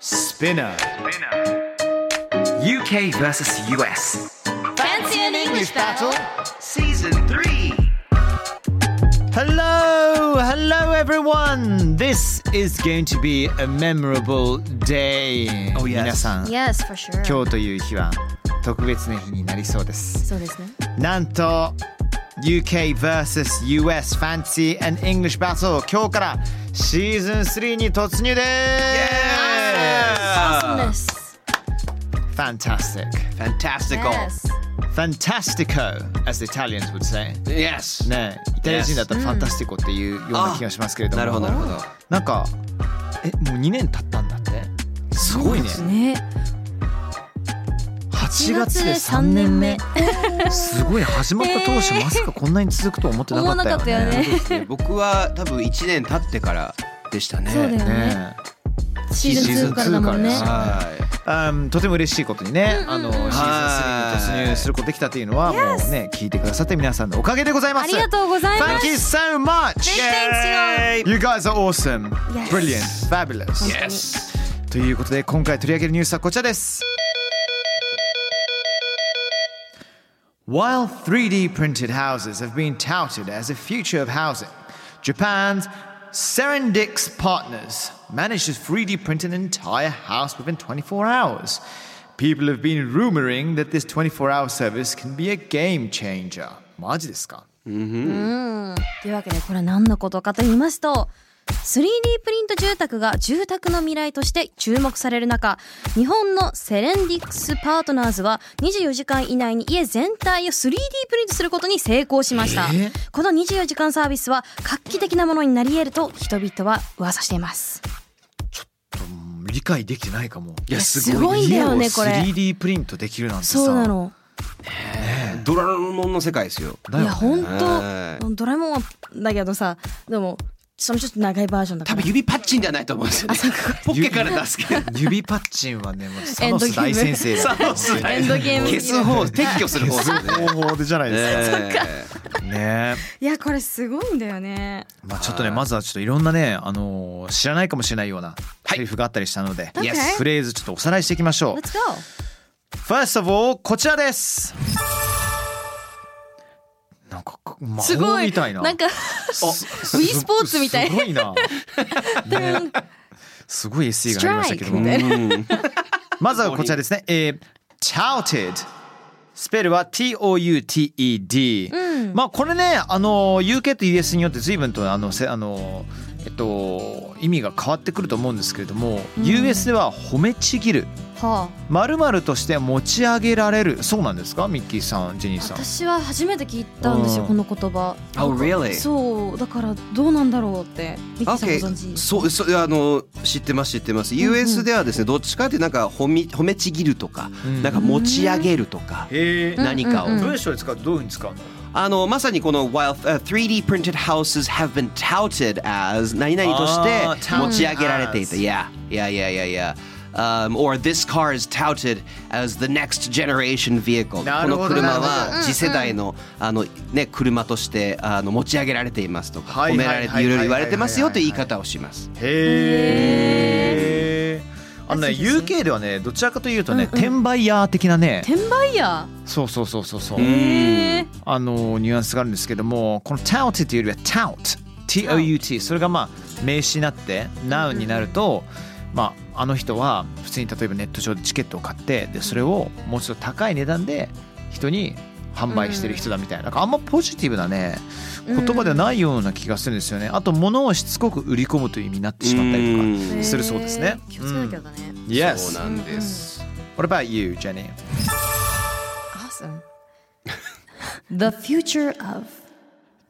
Spinner. UK versus US. Fancy an English battle? Season 3. Hello, hello everyone. This is going to be a memorable day. Oh, yes. 皆さん、 Yes, for sure. 今日という日は特別な日になりそうです。そうですねなんと UK vs US Fancy and English Battle 今日からシーズン3に突入です。 Awesomeness Fantastic, Fantastical. Yes. fantastico, as the Italians would say. Yes. ねイタリア人だったらファンタスティコっていうような気がしますけれども、なるほどなるほど。なんかえもう2年経ったんだってすごいねね8 8月で3年目すごい始まった当初まさかこんなに続くとは思ってなかったよね思わなかっね僕は多分1年経ってからでしたね。そうだよねねシーズン2からだもんねシーズン2からはあーとても嬉しいことにね、あのシーズン3に突入することできたというのはもうね聞いてくださって皆さんのおかげでございますありがとうございま Thank you す so much! Thanks, You guys are awesome! Yes. Brilliant! Fabulous! い。Yes. ということで今回取り上げるニュースはこちらです While 3D printed houses have been touted as a future of housing, Japan's Serendix Partners managed to 3D print an entire house within 24 hours. People have been rumoring that this 24 hour service can be a game changer. マジですかというわけでこれは何のことかと言いますと 3D プリント住宅が住宅の未来として注目される中日本のセレンディックスパートナーズは24時間以内に家全体を 3D プリントすることに成功しました、えこの24時間サービスは画期的なものになり得ると人々は噂していますうん理解できてないかも。いやすすごごい。いんだよねこれ 3D プリントできるなんてさ。そうなのドラえもんの世界ですよ。だいよや本は当ドラえもんはだけどさでもそのちょっと長いバージョンだか多ら分指パッチンじゃないと思うんですよ、ね。ポッケから出 すけど。指パッチンはねもうサエンドノゲームス大先生だサノスエンドゲーム消す方、撤去する方ですそようね。方法でじゃないですか、ええねいやこれすごいんだよねまあちょっとねまずはちょっといろんなねあのー知らないかもしれないようなセリフがあったりしたので、 Yes フレーズちょっとおさらいしていきましょう Let's go First of all こちらですなんか魔すご法いみたいな なんかウウィースポーツみたいすごい な、ね、すごい SE が入りましたけどもみたいなまずはこちらですね。えー、touted。スペルは T-O-U-T-E-D。まあこれね、あの、UK と US によって随分と、あの、せあの、えっと、意味が変わってくると思うんですけれども、US では褒めちぎる。はあまるまるとして持ち上げられる。そうなんですかミッキーさん、ジェニーさん。私は初めて聞いたんですようんこの言葉 Oh, really? そうだからどうなんだろうってミッキーさんご Okay 存知そうそうあの知ってます知ってます。US ではですねどっちかってなんか褒め褒めちぎるとか、うんなんか持ち上げるとか。へん何かを、うんうん章で使うとどういうふうに使うのあのまさにこの while、uh, 3D printed houses have been touted as 何々とあしてー持ち上げられていた touted yeah yeah yeah yeah yeah Um, or this car is touted as the next generation vehicle こなるのほど車なるほは次世代のあの、ね、車としてあの持ち上げられていますとかはい褒められていろいろ言われてますよはいとはいいうはい言い方をします。へえ。あのね、UK ではね、どちらかというとね、転売ヤー的なね、転売屋そうそうそうそうそう。へえあのニュアンスがあるんですけどもこの tout というよりは tout T-O-U-T それがまあ名詞になって noun になると、まあ、あの人は普通に例えばネット上でチケットを買ってでそれをもうちょっと高い値段で人に販売してる人だみたいななんかあんまポジティブなね言葉ではないような気がするんですよねあと物をしつこく売り込むという意味になってしまったりとかうんするそうですね気をつけなきゃだね Yes そうなんです。 What about you Jenny? Awesome The future of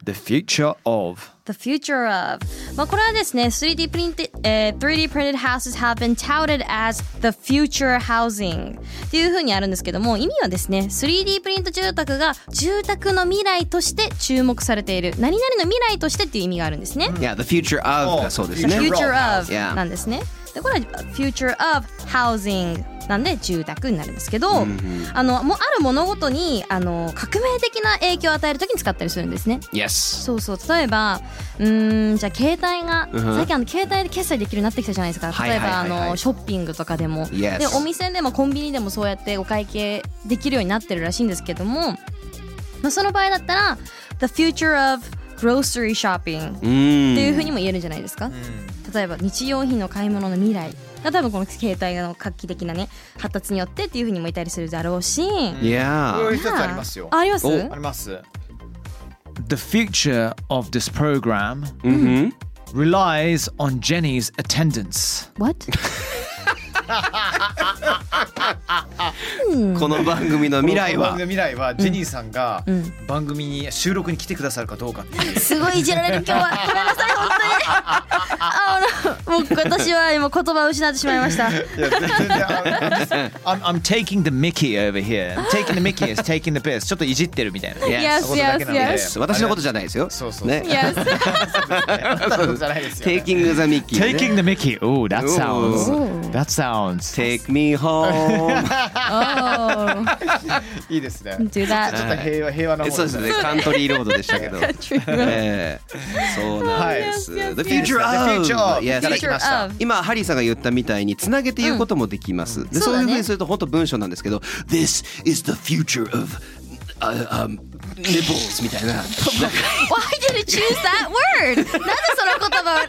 The future of The future of まあこれはですね 3D printed、えー 3D printed houses have been touted as the future housing っていう風にあるんですけども意味はですね 3D プリント住宅が住宅の未来として注目されている何々の未来としてっていう意味があるんですね、 Yeah, the future of だそうですね。 future of Yeah なんですね。でこれは future of housing なんで住宅になるんですけど、あのもうある物事にあの革命的な影響を与えるときに使ったりするんですね。 Yes. そうそう例えばうーんじゃあ携帯が、最近あの携帯で決済できるようになってきたじゃないですかはい例えば、はいはいはいあのショッピングとかでも、 Yes でお店でもコンビニでもそうやってお会計できるようになってるらしいんですけども、まあ、その場合だったら「The future of grocery shopping」ってうん。いうふうにも言えるんじゃないですか、例えば日用品の買い物の未来が多分この携帯の画期的なね発達によってっていうふうにも言ったりするだろうし、こ Yeah. れ一つありますよあありますおあります The future of this program Mhm. relies on Jenny's attendance What? この番組の未来この番は。組未来はジェニーさんが番組に収録に来てくださるかどうかっていうすごいいじられる今日はごめんなさい本当にあのもう私は今言葉を失ってしまいました I'm, I'm taking the Mickey over here. I'm taking the Mickey is taking the piss. ちょっといじってるみたいな。 Yes. そういうことだけなので Yes, yes, 私のことじゃないですよ。そうそうそうね。 Yes そうじゃないですよね Taking the Mickey ね。 Taking the Mickey. Oh, that sounds. Ooh. That sounds. Take me home. Oh いいですね。 do ちょ that っと平和平和な方そうですね。カントリーロードでしたけど。ええそうなんです。はい The いいです future ね of. The future of Yes いただきました。 Future of 今ハリーさんが言ったみたいにつなげて言うこともできます。でそうそうだいうねふうにすると本当文章なんですけど、This is the future of、uh, um, nipples みたいな。 Why did you choose that word? なんでその言葉をなんで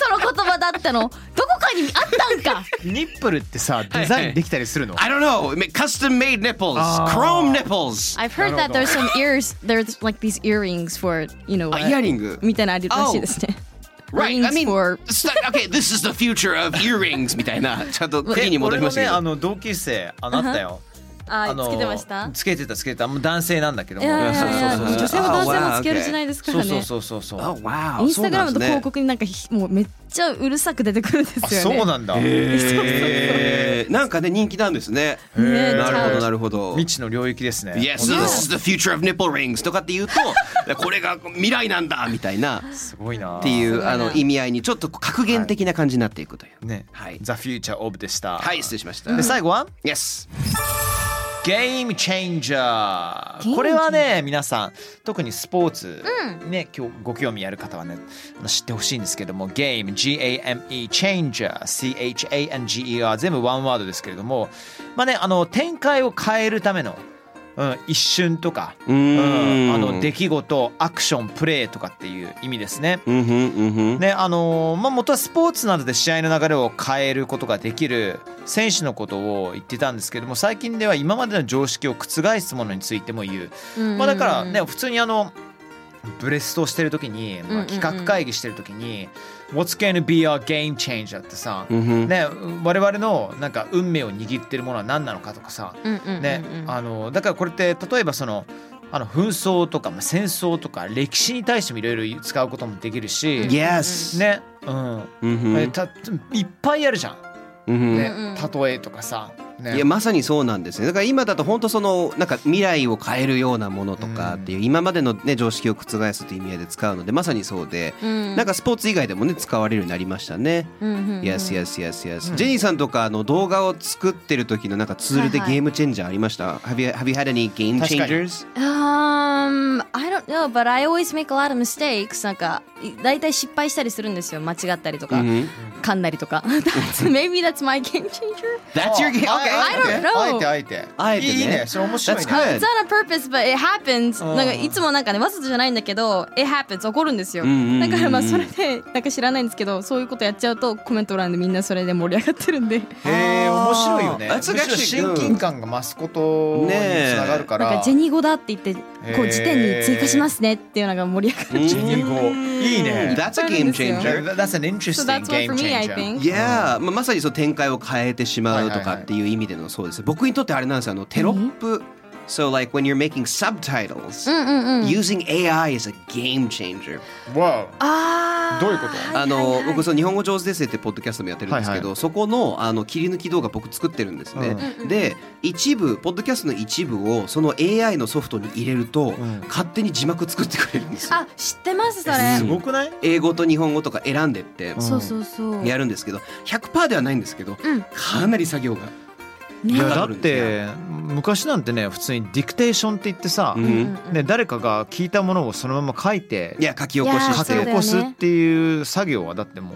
その言葉だったのどこかにあったんかニップルってさ、デザインできたりするの I don't know. Custom made nipples. あー Chrome nipples. I've heard that there's some ears there's like these earrings for you know あ what イヤリングみたいなのあるらしいですね Right. I Rings mean, for- st- okay, this is the future of earrings みたいな。ちゃんと手に戻りましたけ俺もね、あど。の同級生、あのあったよ。ああのつけてましたつけてたつけてた。もう男性なんだけどいも。やいやいやそうそうそう女性も男性もつける Oh, wow, okay. 時代ですかそらうそうねそうそうそうそう。あ、wow インスタグラムそとうなんで広すね告になんかひもうめっちゃうるさく出てくるんですよね。そうなんだ。えー、なんかね人気なんですね。ねなるほどなるるほど。未知の領域ですね。 Yes, 本当 this is the future of nipple rings とかって言う とこれが未来なんだみたいなすごいな。っていうあの意味合いにちょっと格言的な感じになっていくという。ね。はい The future of でした。はい失礼しました。で最後は Yes。ゲームチェンジャゲーームチェンジャーこれはね皆さん特にスポーツ、ね今日ご興味ある方はねあの知ってほしいんですけどもゲーム GAME チェンジャー CHANGER 全部ワンワードですけれどもまあねあの展開を変えるための、うん、一瞬とか、うーんあの出来事アクションプレーとかっていう意味ですね。うんふんうんふ ん。ねあのーまあ、元はスポーツなどで試合の流れを変えることができる選手のことを言ってたんですけども最近では今までの常識を覆すものについても言う、ほどまあ、だからね普通にあのブレストをしてる時に、うんうんまうあ、ん企画会議してる時に「What's gonna be our game changer?」ってさ、うんふん。ね、我々のなんか運命を握ってるものは何なのかとかさ、ねあのだからこれって例えばそのあの紛争とかまあ戦争とか歴史に対してもいろいろ使うこともできるし。 Yes。。ね、うん、うんふんえたいっぱいあるじゃうんふん、ん。うんね、例えとかさ、ね、いやまさにそうなんですねだから今だと本当そのなんか未来を変えるようなものとかっていう、今までの、ね、常識を覆すという意味合いで使うのでまさにそうで、なんかスポーツ以外でもね使われるようになりましたね。yes yes yes yes、ジェニーさんとかあの動画を作ってる時のなんかツールではいはいゲームチェンジャーありました、have, you, have you had any game 確かに changers? Um, I don't know, but I always make a lot of mistakes. なんか、い大体失敗したりするんですよ。間違ったりとか、噛んだりとか。That's- Maybe that's my game changer? That's your game? あ Okay. あ I don't know. あえてあえてあえてねいいねそれ面白い That's good. ね It's not on purpose, but it happens. んなんか、いつもなんかね、わざとじゃないんだけど、it happens, 起こるんですよ。うんうんうんうんだからまあ、それで、なんか知らないんですけど、そういうことやっちゃうと、コメント欄でみんなそれで盛り上がってるんで。へえ面白いよね That's むしろ親 actually 近感が増すことにつながるかなんらかジェニー語だって言って、こう辞典に追加しますねっていうのが盛り上がる。ジェニー語いいね That's a game そうなん changer That- That's an So interesting that's one game for me, I changer think. いやーまあまさにその展開を変えてしまうとかっていう意味でのそうです。僕にとってあれなんですよ。あのテロップ。So like when you're making subtitles, うんうんうん using AI is a game changer. わあーどういうことあの僕その日本語上手ですってポッドキャストもやってるんですけはいど、そこのあの切り抜き動画僕作ってるんですね。うんうんで一部ポッドキャストの一部をその AI のソフトに入れると、ん勝手に字幕作ってくれるんですよ。あ知ってますお。それすごくない？英語と日本語とか選んでってんそうそうそうやるんですけど、100%ではないんですけど、うんかなり作業が。いやねだって昔なんてね普通にディクテーションって言ってさ、うんね誰かが聞いたものをそのまま書いていや書き起こしいや書きしそうだ起よて。こすっていう作業はだってもう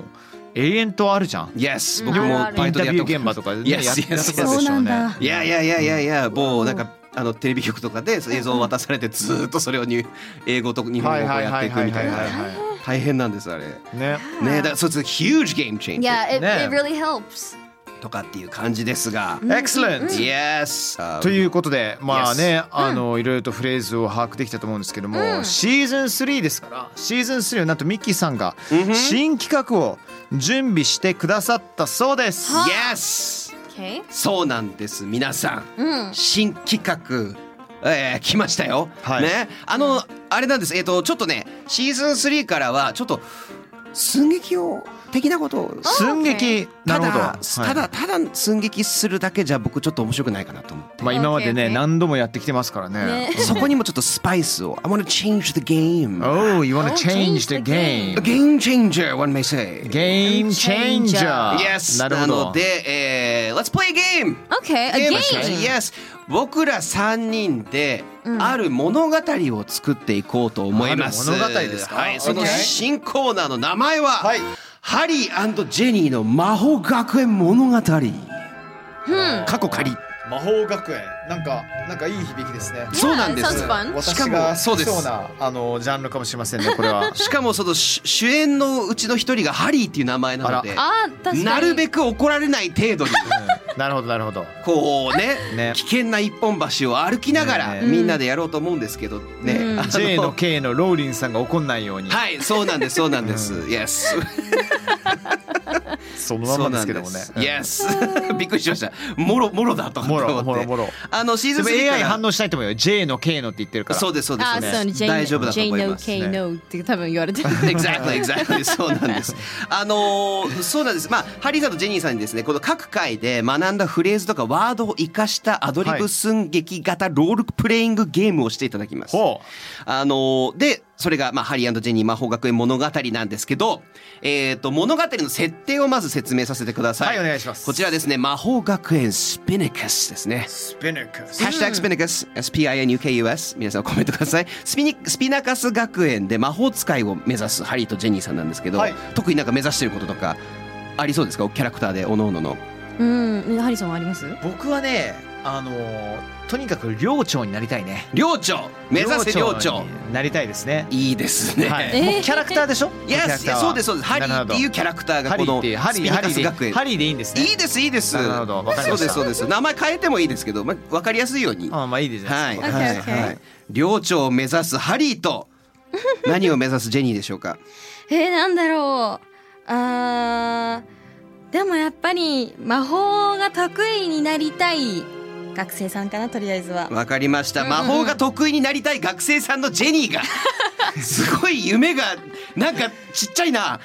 永遠とあるじゃん。 Yes、うん僕あるもあるバイイントタでやっビュてーま現場としたかで Yes, ねややってた yes, で yes. しょそううなんねだ。いやいやいやいやいや、もうなんか、あのテレビ局とかで映像を渡されて、ずーっとそれをに英語と日本語をこうやっていくみたいはいはいはいなはいは。大変なんです、あれ。ね、いね。だから、そう、it's a huge game changer Yeah, it, ね it really helps. とかっていう感じですが。 Excellent! Yes! とう。いうことでまあね Yes あのいろいろとフレーズを把握できたと思うんですけどうもんシーズン3ですからシーズン3はなんとミッキーさんがうんふん新企画を準備してくださったそうです。 Yes! Okay. そうなんです、皆さん。うん。新企画、えー来ましたよ。はいね、あの、あれなんです、えっ、と、ちょっとね、シーズン3からは、ちょっと。寸劇を、的なことを。寸劇なたるだほど。たはだただ寸劇するだけじゃ僕ちょっと面白くないかなと思っ てい、まあ今まで Okay, ね okay. 何度もやってきてますからねね。そこにもちょっとスパイスを I wanna change the game Oh, you wanna Oh, change change the the game. A game changer one may say Game Game changer. changer. Yes なるほなど。ので、えー、Let's play a game Okay, Game a game. Yes 僕ら三人である物語を作っていこうと思います、ある物語ですかはいその Okay 新コーナーの名前は、はいハリージェニーの魔法学園物語過去仮魔法学園なんかなんかいい響きですね。そうなんです sounds fun. しかもそうです。なあのジャンルかもしれませんねこれは しかもその主主演のうちの一人がハリーっていう名前なのであー、確かに。なるべく怒られない程度になるほどなるほど。こうねね 危険な一本橋を歩きながらねみんなでやろうと思うんですけどね、うんあの J の K のローリンさんが怒んないように。はいそうなんですそうなんです、Yes そのまそまうでなすんけでどもね。す Yes びっくりしましたもろもろだと思もってろもろもろ。あのシーズでもン3か AI ら反応しないと思うよ。J の K のって言ってるから。そうですそうですあそうー、でそう、す J 大丈夫だと思います J no K no って多分言われてる。 exactly, exactly. そうなんです。あのーそうなんです。まあ、ハリーさんとジェニーさんにですね、この各回で学んだフレーズとかワードを活かしたアドリブ寸劇型ロールプレイングゲームをしていただきます。ほあのーで、それが、まあ、ハリージェニー魔法学園物語なんですけど、えっ、と、物語の設定をまず説明させてくだう。さ。はいいお願いします。こちらですね、魔法学園スピニカスですね。スピネクス。ハッシュタグスピナカス、SPINUKUS、皆さんコメントください。スピニスピナカス学園で魔法使いを目指すハリーとジェニーさんなんですけど、はい特になんか目指してることとかありそうですかキャラクターで、おのおのの。うん、ハリソンはあります？僕はねあのーとにかく寮長になりたいね寮長目指せ寮長になりたいですねいいですね。はい、えーもうキャラクターでしょ Yes いやそうです、そうです。ハリーっていうキャラクターがこのハリーっていうハスリピーナハカリスー学で園。ハリーでいいんですねいいです、いいです。なるほどわかりそまうしたです、そうです。名前変えてもいいですけど、まあ、わかりやすいように。ああまあいいですねはい、わかいりましたはい、 OK はい。寮長を目指すハリーと、何を目指すジェニーでしょう かえー、なんだろう。あー、でもやっぱり魔法が得意になりたい学生さんかなとりあえずは。わかりました。魔法が得意になりたい学生さんのジェ ニーが。すごい夢が、なんかちっちゃいな。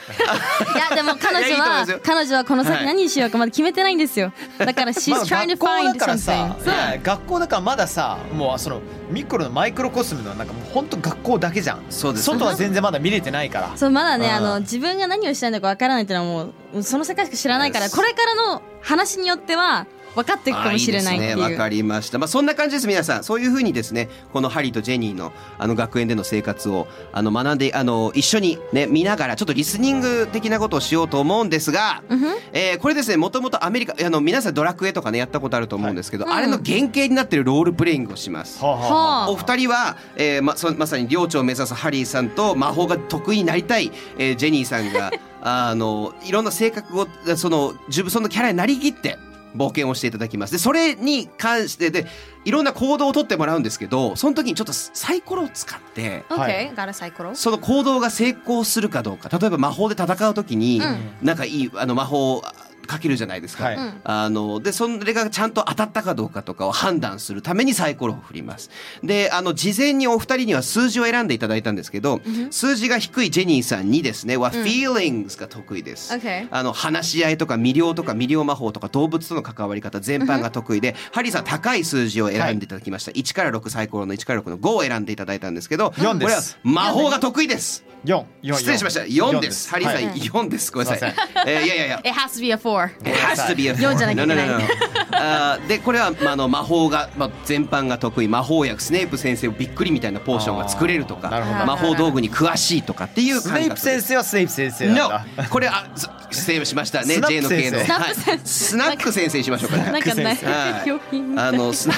いやでも彼 いやいいと女思いまはすよ彼女はこのは先い何にしようかまだ決めてないんですよ。だから she's まあ trying to 学校 find だからさ something。いや学校だからまださもうそのミクロのマイクロコスムのなんかもう本当学校だけじゃんそうです外は全然まだ見れてないからそうまだねうんあの自分が何をしたいのかわからないっていうのはもうその世界しか知らないからですこれからの話によっては分かっていくかもしれないっていあでう。すねわかりました。まあそんな感じです皆さん。そういうふうにですね、このハリーとジェニーのあの学園での生活をあの学んであの一緒にね見ながらちょっとリスニング的なことをしようと思うんですが、うんふんえーこれですねもともとアメリカあの皆さんドラクエとかねやったことあると思うんですけど、はいあれの原型になってるロールプレイングをします。はあはあお二人は、えーまそまさに領長を目指すハリーさんと魔法が得意になりたい、えージェニーさんがあのいろんな性格をその自分そのキャラになりきって冒険をしていただきますでそれに関してでいろんな行動をとってもらうんですけどその時にちょっとサイコロを使ってはい OK ガラサイコロ。その行動が成功するかどうか例えば魔法で戦う時に、うんなんかいいあの魔法かけるじゃないですか、はいうんあのでそれがちゃんと当たったかどうかとかを判断するためにサイコロを振りますであの事前にお二人には数字を選んでいただいたんですけど、数字が低いジェニーさんにですねは「feelings」が得意です、 Okay あの話し合いとか魅了とか魅了魔法とか動物との関わり方全般が得意で、ハリーさん高い数字を選んでいただきました、1から6サイコロの1から6の5を選んでいただいたんですけど四ですこれは魔法が得意です四四失礼しました4ですハリーさんはい4ですごめんなさいすいえーいやいやいや It has to be a four. It has to be a 四じゃなきゃいけない No, no, no, no. あーでこれは、まあ、あの魔法が、まあ、全般が得意魔法薬スネープ先生をびっくりみたいなポーションが作れるとあーなるほかど魔法道具に詳しいとかっていうス感ネイプ覚先生はスネイプ先生なん No だ。これあす失礼しましたねスナップ J の K の先生はいスナック先生にしましょうかね なんかないは。い病品みたいあのスナ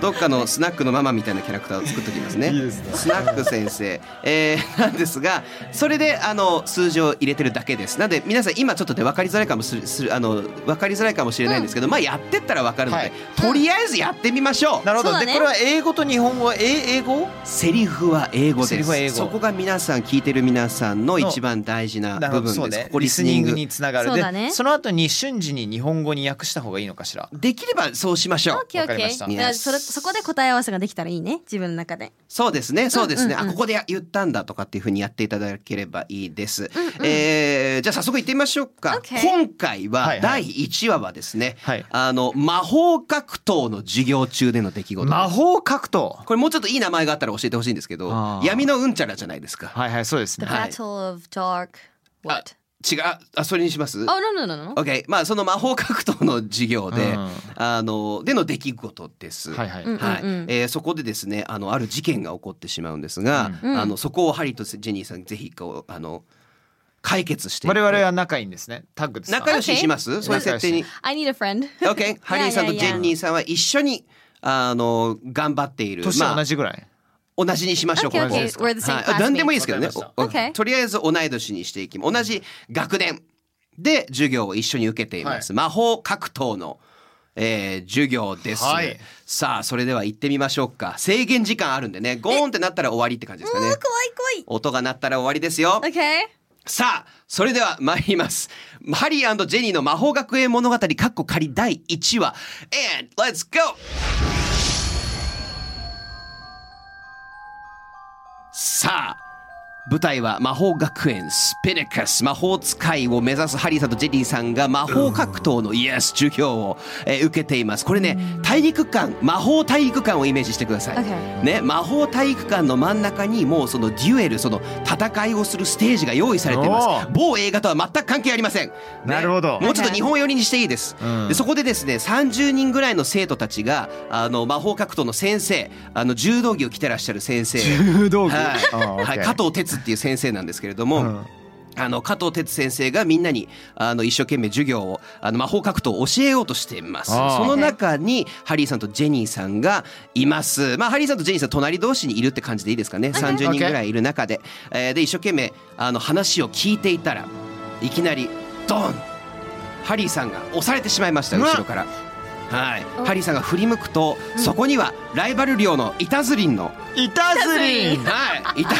どっかのスナックの ママみたいなキャラクターを作っておきますね。いいですねスナック先生、えーなんですが、それであの数字を入れてるだけです。なので皆さん今ちょっとで分かりづらいかもするするあの分かりづらいかもしれないんですけど、まあやってったら分かるので、はいとりあえずやってみましょう。なるほそうど。だでねこれは英語と日本語は英英語？セリフは英語ですセリフは英語そこが皆さん聞いてる皆さんのの一番大事ななるほ部ど。分そうです。ねこ。こリリススニニンンググにつながる。そうだねでその後に瞬時に日本語に訳した方がいいのかしら。できればそうしましょう。な。オッわケかーオッりまケしたー。だからそれそこで答え合わせができたらいいね。自分の中で。そうですね、そうですね、うんうんうんあ、ここで言ったんだとかっていうふうにやっていただければいいです。えーじゃあ早速行ってみましょうか。 OK 今回ははいはい第1話はですね、はいあの魔法格闘の授業中での出来事。魔法格闘。これもうちょっといい名前があったら教えてほしいんですけどあ、ー闇のうんちゃらじゃないですか。はいはいそうですね。はい Battle of Dark What? 違う、あ、それにします。 Oh no no no no. OK、まあその魔法格闘の授業うで、んあのでの出来事です。はいはい。うんはいうんえーそこでですねあのある事件が起こってしまうんですが、うんあのそこをハリーとジェニーさんぜひこうあの解決していっ我て々は仲いいんですね。タッグですか。仲良しにします、いそういう設定に。 I need a friend. OK ハリーさんといやいやジいやェニーさんは一緒にあの頑張っている年は同じぐらい。同じにしましょう Okay, ここ okay. We're the same はいあ何でもいいですけどねわかりまし、おた Okay. とりあえず同い年にしていきます同じ学年で授業を一緒に受けています、魔法格闘の、えー授業です、はいさあそれでは行ってみましょうか制限時間あるんでねゴーンってなったら終わりって感じですかね 怖音が鳴ったら終わりですよ、い怖い。Okay. さあそれでは参りますハリージェニーの魔法学園物語カッコ仮第1話 And let's go! さあ舞台は魔法学園スピリカス魔法使いを目指すハリーさんとジェリーさんが魔法格闘のイエス授業を、えー受けていますこれね体育館魔法体育館をイメージしてください、 Okay. ね、魔法体育館の真ん中にもうそのデュエルその戦いをするステージが用意されていおますー某映画とは全く関係ありません、ねなるほどもうちょっと日本寄りにしていいです、うんでそこでですね30人ぐらいの生徒たちがあの魔法格闘の先生あの柔道着を着てらっしゃる先生柔道具。はい、はい、加。藤哲っていう先生なんですけれども、うんあの加藤哲先生がみんなにあの一生懸命授業をあの魔法格闘を教えようとしていますあーその中にハリーさんとジェニーさんがいますまあハリーさんとジェニーさん隣同士にいるって感じでいいですかね30人ぐらいいる中で、えーで一生懸命あの話を聞いていたらいきなりドンハリーさんが押されてしまいましたうわ後ろから。はい、おハリーさんが振り向くと、そこにはライバル寮のイタズリンのイタズリン。はい、いた、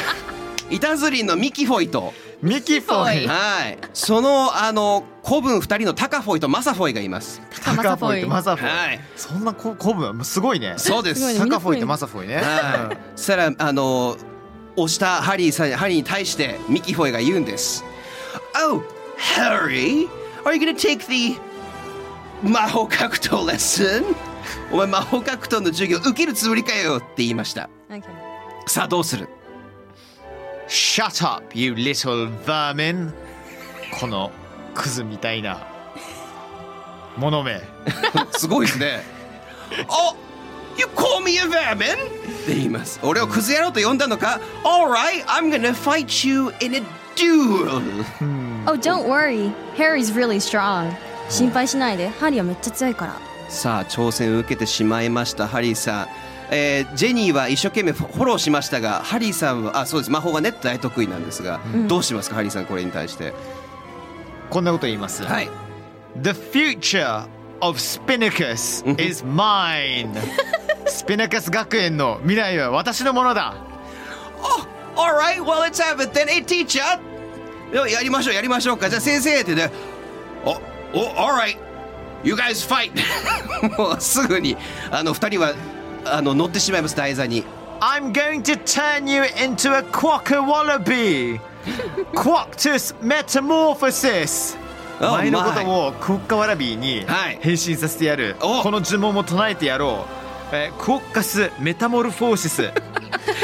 いたずりんのミキフォイと、ミキフォイ。はい、その、あの、子分二人のタカフォイとマサフォイがいます。高マサフォイってマサフォイ。はい、そんなこ古文すごいね。そうですごいねサカフォイってマサフォイね。はい、そしたら、あの、押したハリーさん、ハリーに対して、ミキフォイが言うんです。Oh, Harry, are you gonna take the 魔法格闘レッスンお前魔法格闘の授業受けるつもりかよって言いました。 Okay. さあどうする Shut up, you little vermin. このクズみたいなものめ。すごいです ね。あ You call me a vermin? って言います。俺をクズ野郎と呼んだのか ?Alright, I'm gonna fight you in a duel. Oh don't worry. Harry's really strong. 心配しないで。ハリーはめっちゃ強いから。さあ、挑戦を受けてしまいました、ハリーさん。えージェニーは一生懸命フォローしましたが、ハリーさんは、あ、そうです、魔法がね、大得意なんですが、どうしますか、ハリーさん、これに対して。こんなこと言います。はい。 The future of Spinicus うん is mine. スピナカス学園の未来は私のものだ。 Oh, alright, well, let's have it then. Hey, teacher! ではやりましょう、やりましょうか。じゃあ、先生ってね、あ、お、all right, you guys fight もうすぐにあの二人はあの乗ってしまいます台座に I'm going to turn you into a quokka wallaby! Quactus metamorphosis! Oh, 前のこと my. をクオッカワラビーにはい変身させてやる、おこの呪文も唱えてやろう、えークオッカスメタモルフォー シス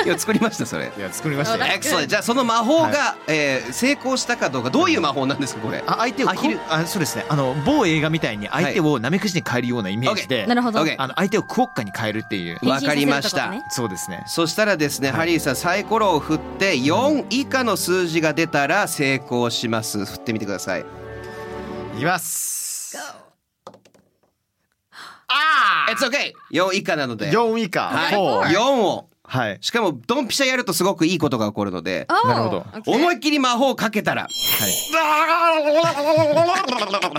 いいや作りましたそれや作りましたよ Excellent じゃあその魔法が、えー成功したかどうかどういう魔法なんですかこれあ相手をアヒルこあそうですねあの某映画みたいに相手をナメクジに変えるようなイメージで、なるほど OK あの相手をクオッカに変えるっていうわかりまし妊娠させるとかねたそうですねそしたらですね、ハリーさんサイコロを振って4以下の数字が出たら成功します振ってみてくださいいきますあ It's okay 4以下なので4 4以下、はい4をはいしかもドンピシャやるとすごくいいことが起こるので Oh, なるほど okay. 思いっきり魔法をかけたら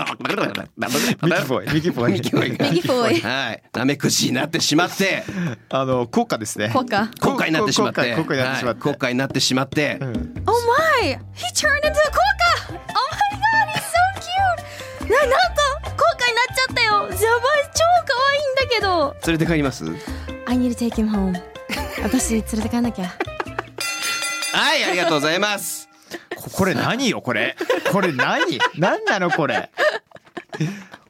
ミキボーイミキボーイミキボーイが右 方 へはいナメクジになってしまってあの国家ですねこうか国家になってしまって国家になってしまってはい国家になってしまって、 Oh my! He turned into a コーカ !Oh my god, he's so cute! な、なんとコーカになっちゃったよやばい超可愛いんだ連れて帰りますはけど I need to take him home 私連れて帰んなきゃいありがとうございますここれ何よこれこれ何何なのこれ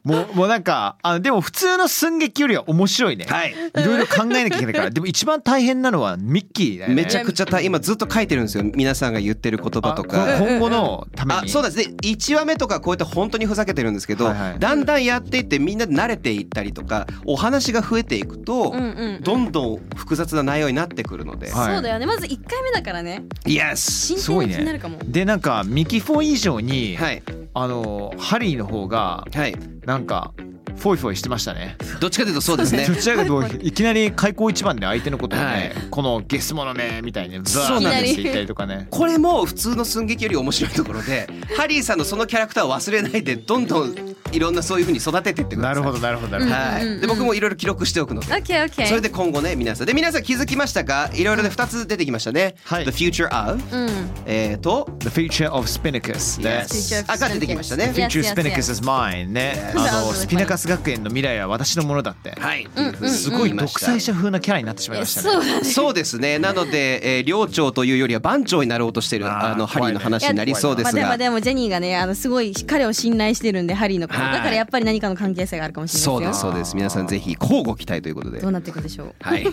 もうもうなんかあでも普通の寸劇よりは面白いね、はいい、ろいろ考えなきゃいけないから でも一番大変なのはミッキーだよねめちゃくちゃ大今ずっと書いてるんですよ皆さんが言ってる言葉とあか。こ今後のためにあそうなんですね1話目とかこういった本当にふざけてるんですけど、はいはいだんだんやっていってみんな慣れていったりとかお話が増えていくと、うんうんどんどん複雑な内容になってくるので、はいそうだよねまず1回目だからね Yes! 真すごい剣ね気になるかも、でなんかミキフォ以上に、はいあのハリーの方がはいなんかフォイフォイしてましたねどっちかというとそ うですねどちらかというといきなり開口一番で相手のことをね、はいこのゲスものめみたいにザそうーなんっでてす言ったりとかねこれも普通の寸劇より面白いところでハリーさんのそのキャラクターを忘れないでどんどんいろんなそういうふうに育てていってくなださいるほどなるほどなるほど、はい、うんうんうんで僕もいろいろ記録しておくので OKOK、それで今後ね皆さんで皆さん気づきましたかいろいろで2つ出てきましたね「はい The Future of うん」えー、と The future of Spinnacus ね Yes あが出てきましたね Yes, Future yes, Spinnacus is mine ね Yes. あのスピナカス学園の未来は私のものだってはい、すごい独裁者風なキャラになってしまいましたそねうだねそうですねなので、えー、寮長というよりは番長になろうとしているあーあのハリ怖ーのいね話になりそうでまあすでもがでもジェニーがねあのすごい彼を信頼してるんでハリーのこと、はいだからやっぱり何かの関係性があるかもしれそうないでですすよそうです皆さんぜひ交互期待ということでどうなっていくんでしょう はい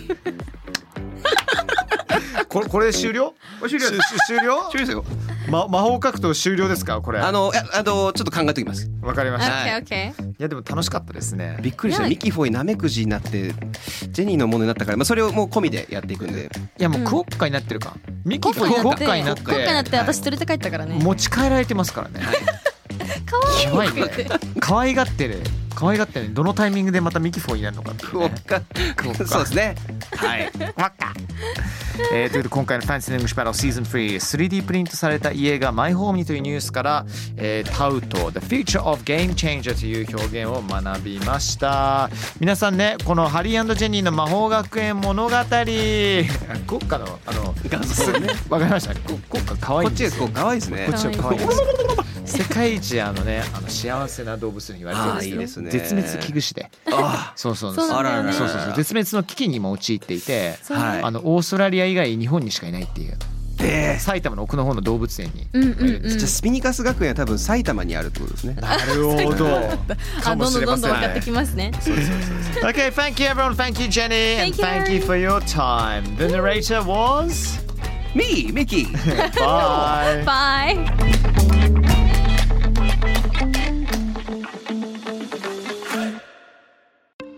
これこれで終了終了終了ですよま魔法格闘終了ですかこれあのいやあのちょっと考えておきますわかりましたはい OKOK いやでも楽しかったですねびっくりしたはいミキフォイナメクジになってジェニーのものになったから、まあ、それをもう込みでやっていくんでいやもうクオッカになってるかミキ国フォ家イにクなオってッカになって国家になってはい私連れて帰ったからね持ち帰られてますからねかわいやばいね可愛がってる可愛がってるどのタイミングでまたミキフォイになるのかっていうクオねッカクオッカそうですねはいえーということで今回の「ファンシー・ネング・シュパロー」シーズン 33D プリントされた家がマイホームにというニュースから、えータウト The Future of Game Changer という表現を学びました皆さんねこのハリージェニーの魔法学園物語 国家のあの画像ねわかりましたこ国家可愛い こんっちでがすこよう可愛いですねこっちが可愛いんですよ世界一あのねあの幸せな動物に言われてるんですけどあーいいで絶すね滅危惧種であそうそうそうなんだよねそうそうそう絶滅の危機にも陥っていてそうなんだあのオーストラリア以外日本にしかいないっていう埼玉の奥の方の動物園にうんうんうんじゃあスピニカス学園は多分埼玉にあるってことですね。なるほどあどんどんどんどん分かってきますね Okay, thank you everyone, thank you Jenny, and Thank you, thank you Aaron. for your time. The narrator was ミキミキ Bye. バイ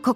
こ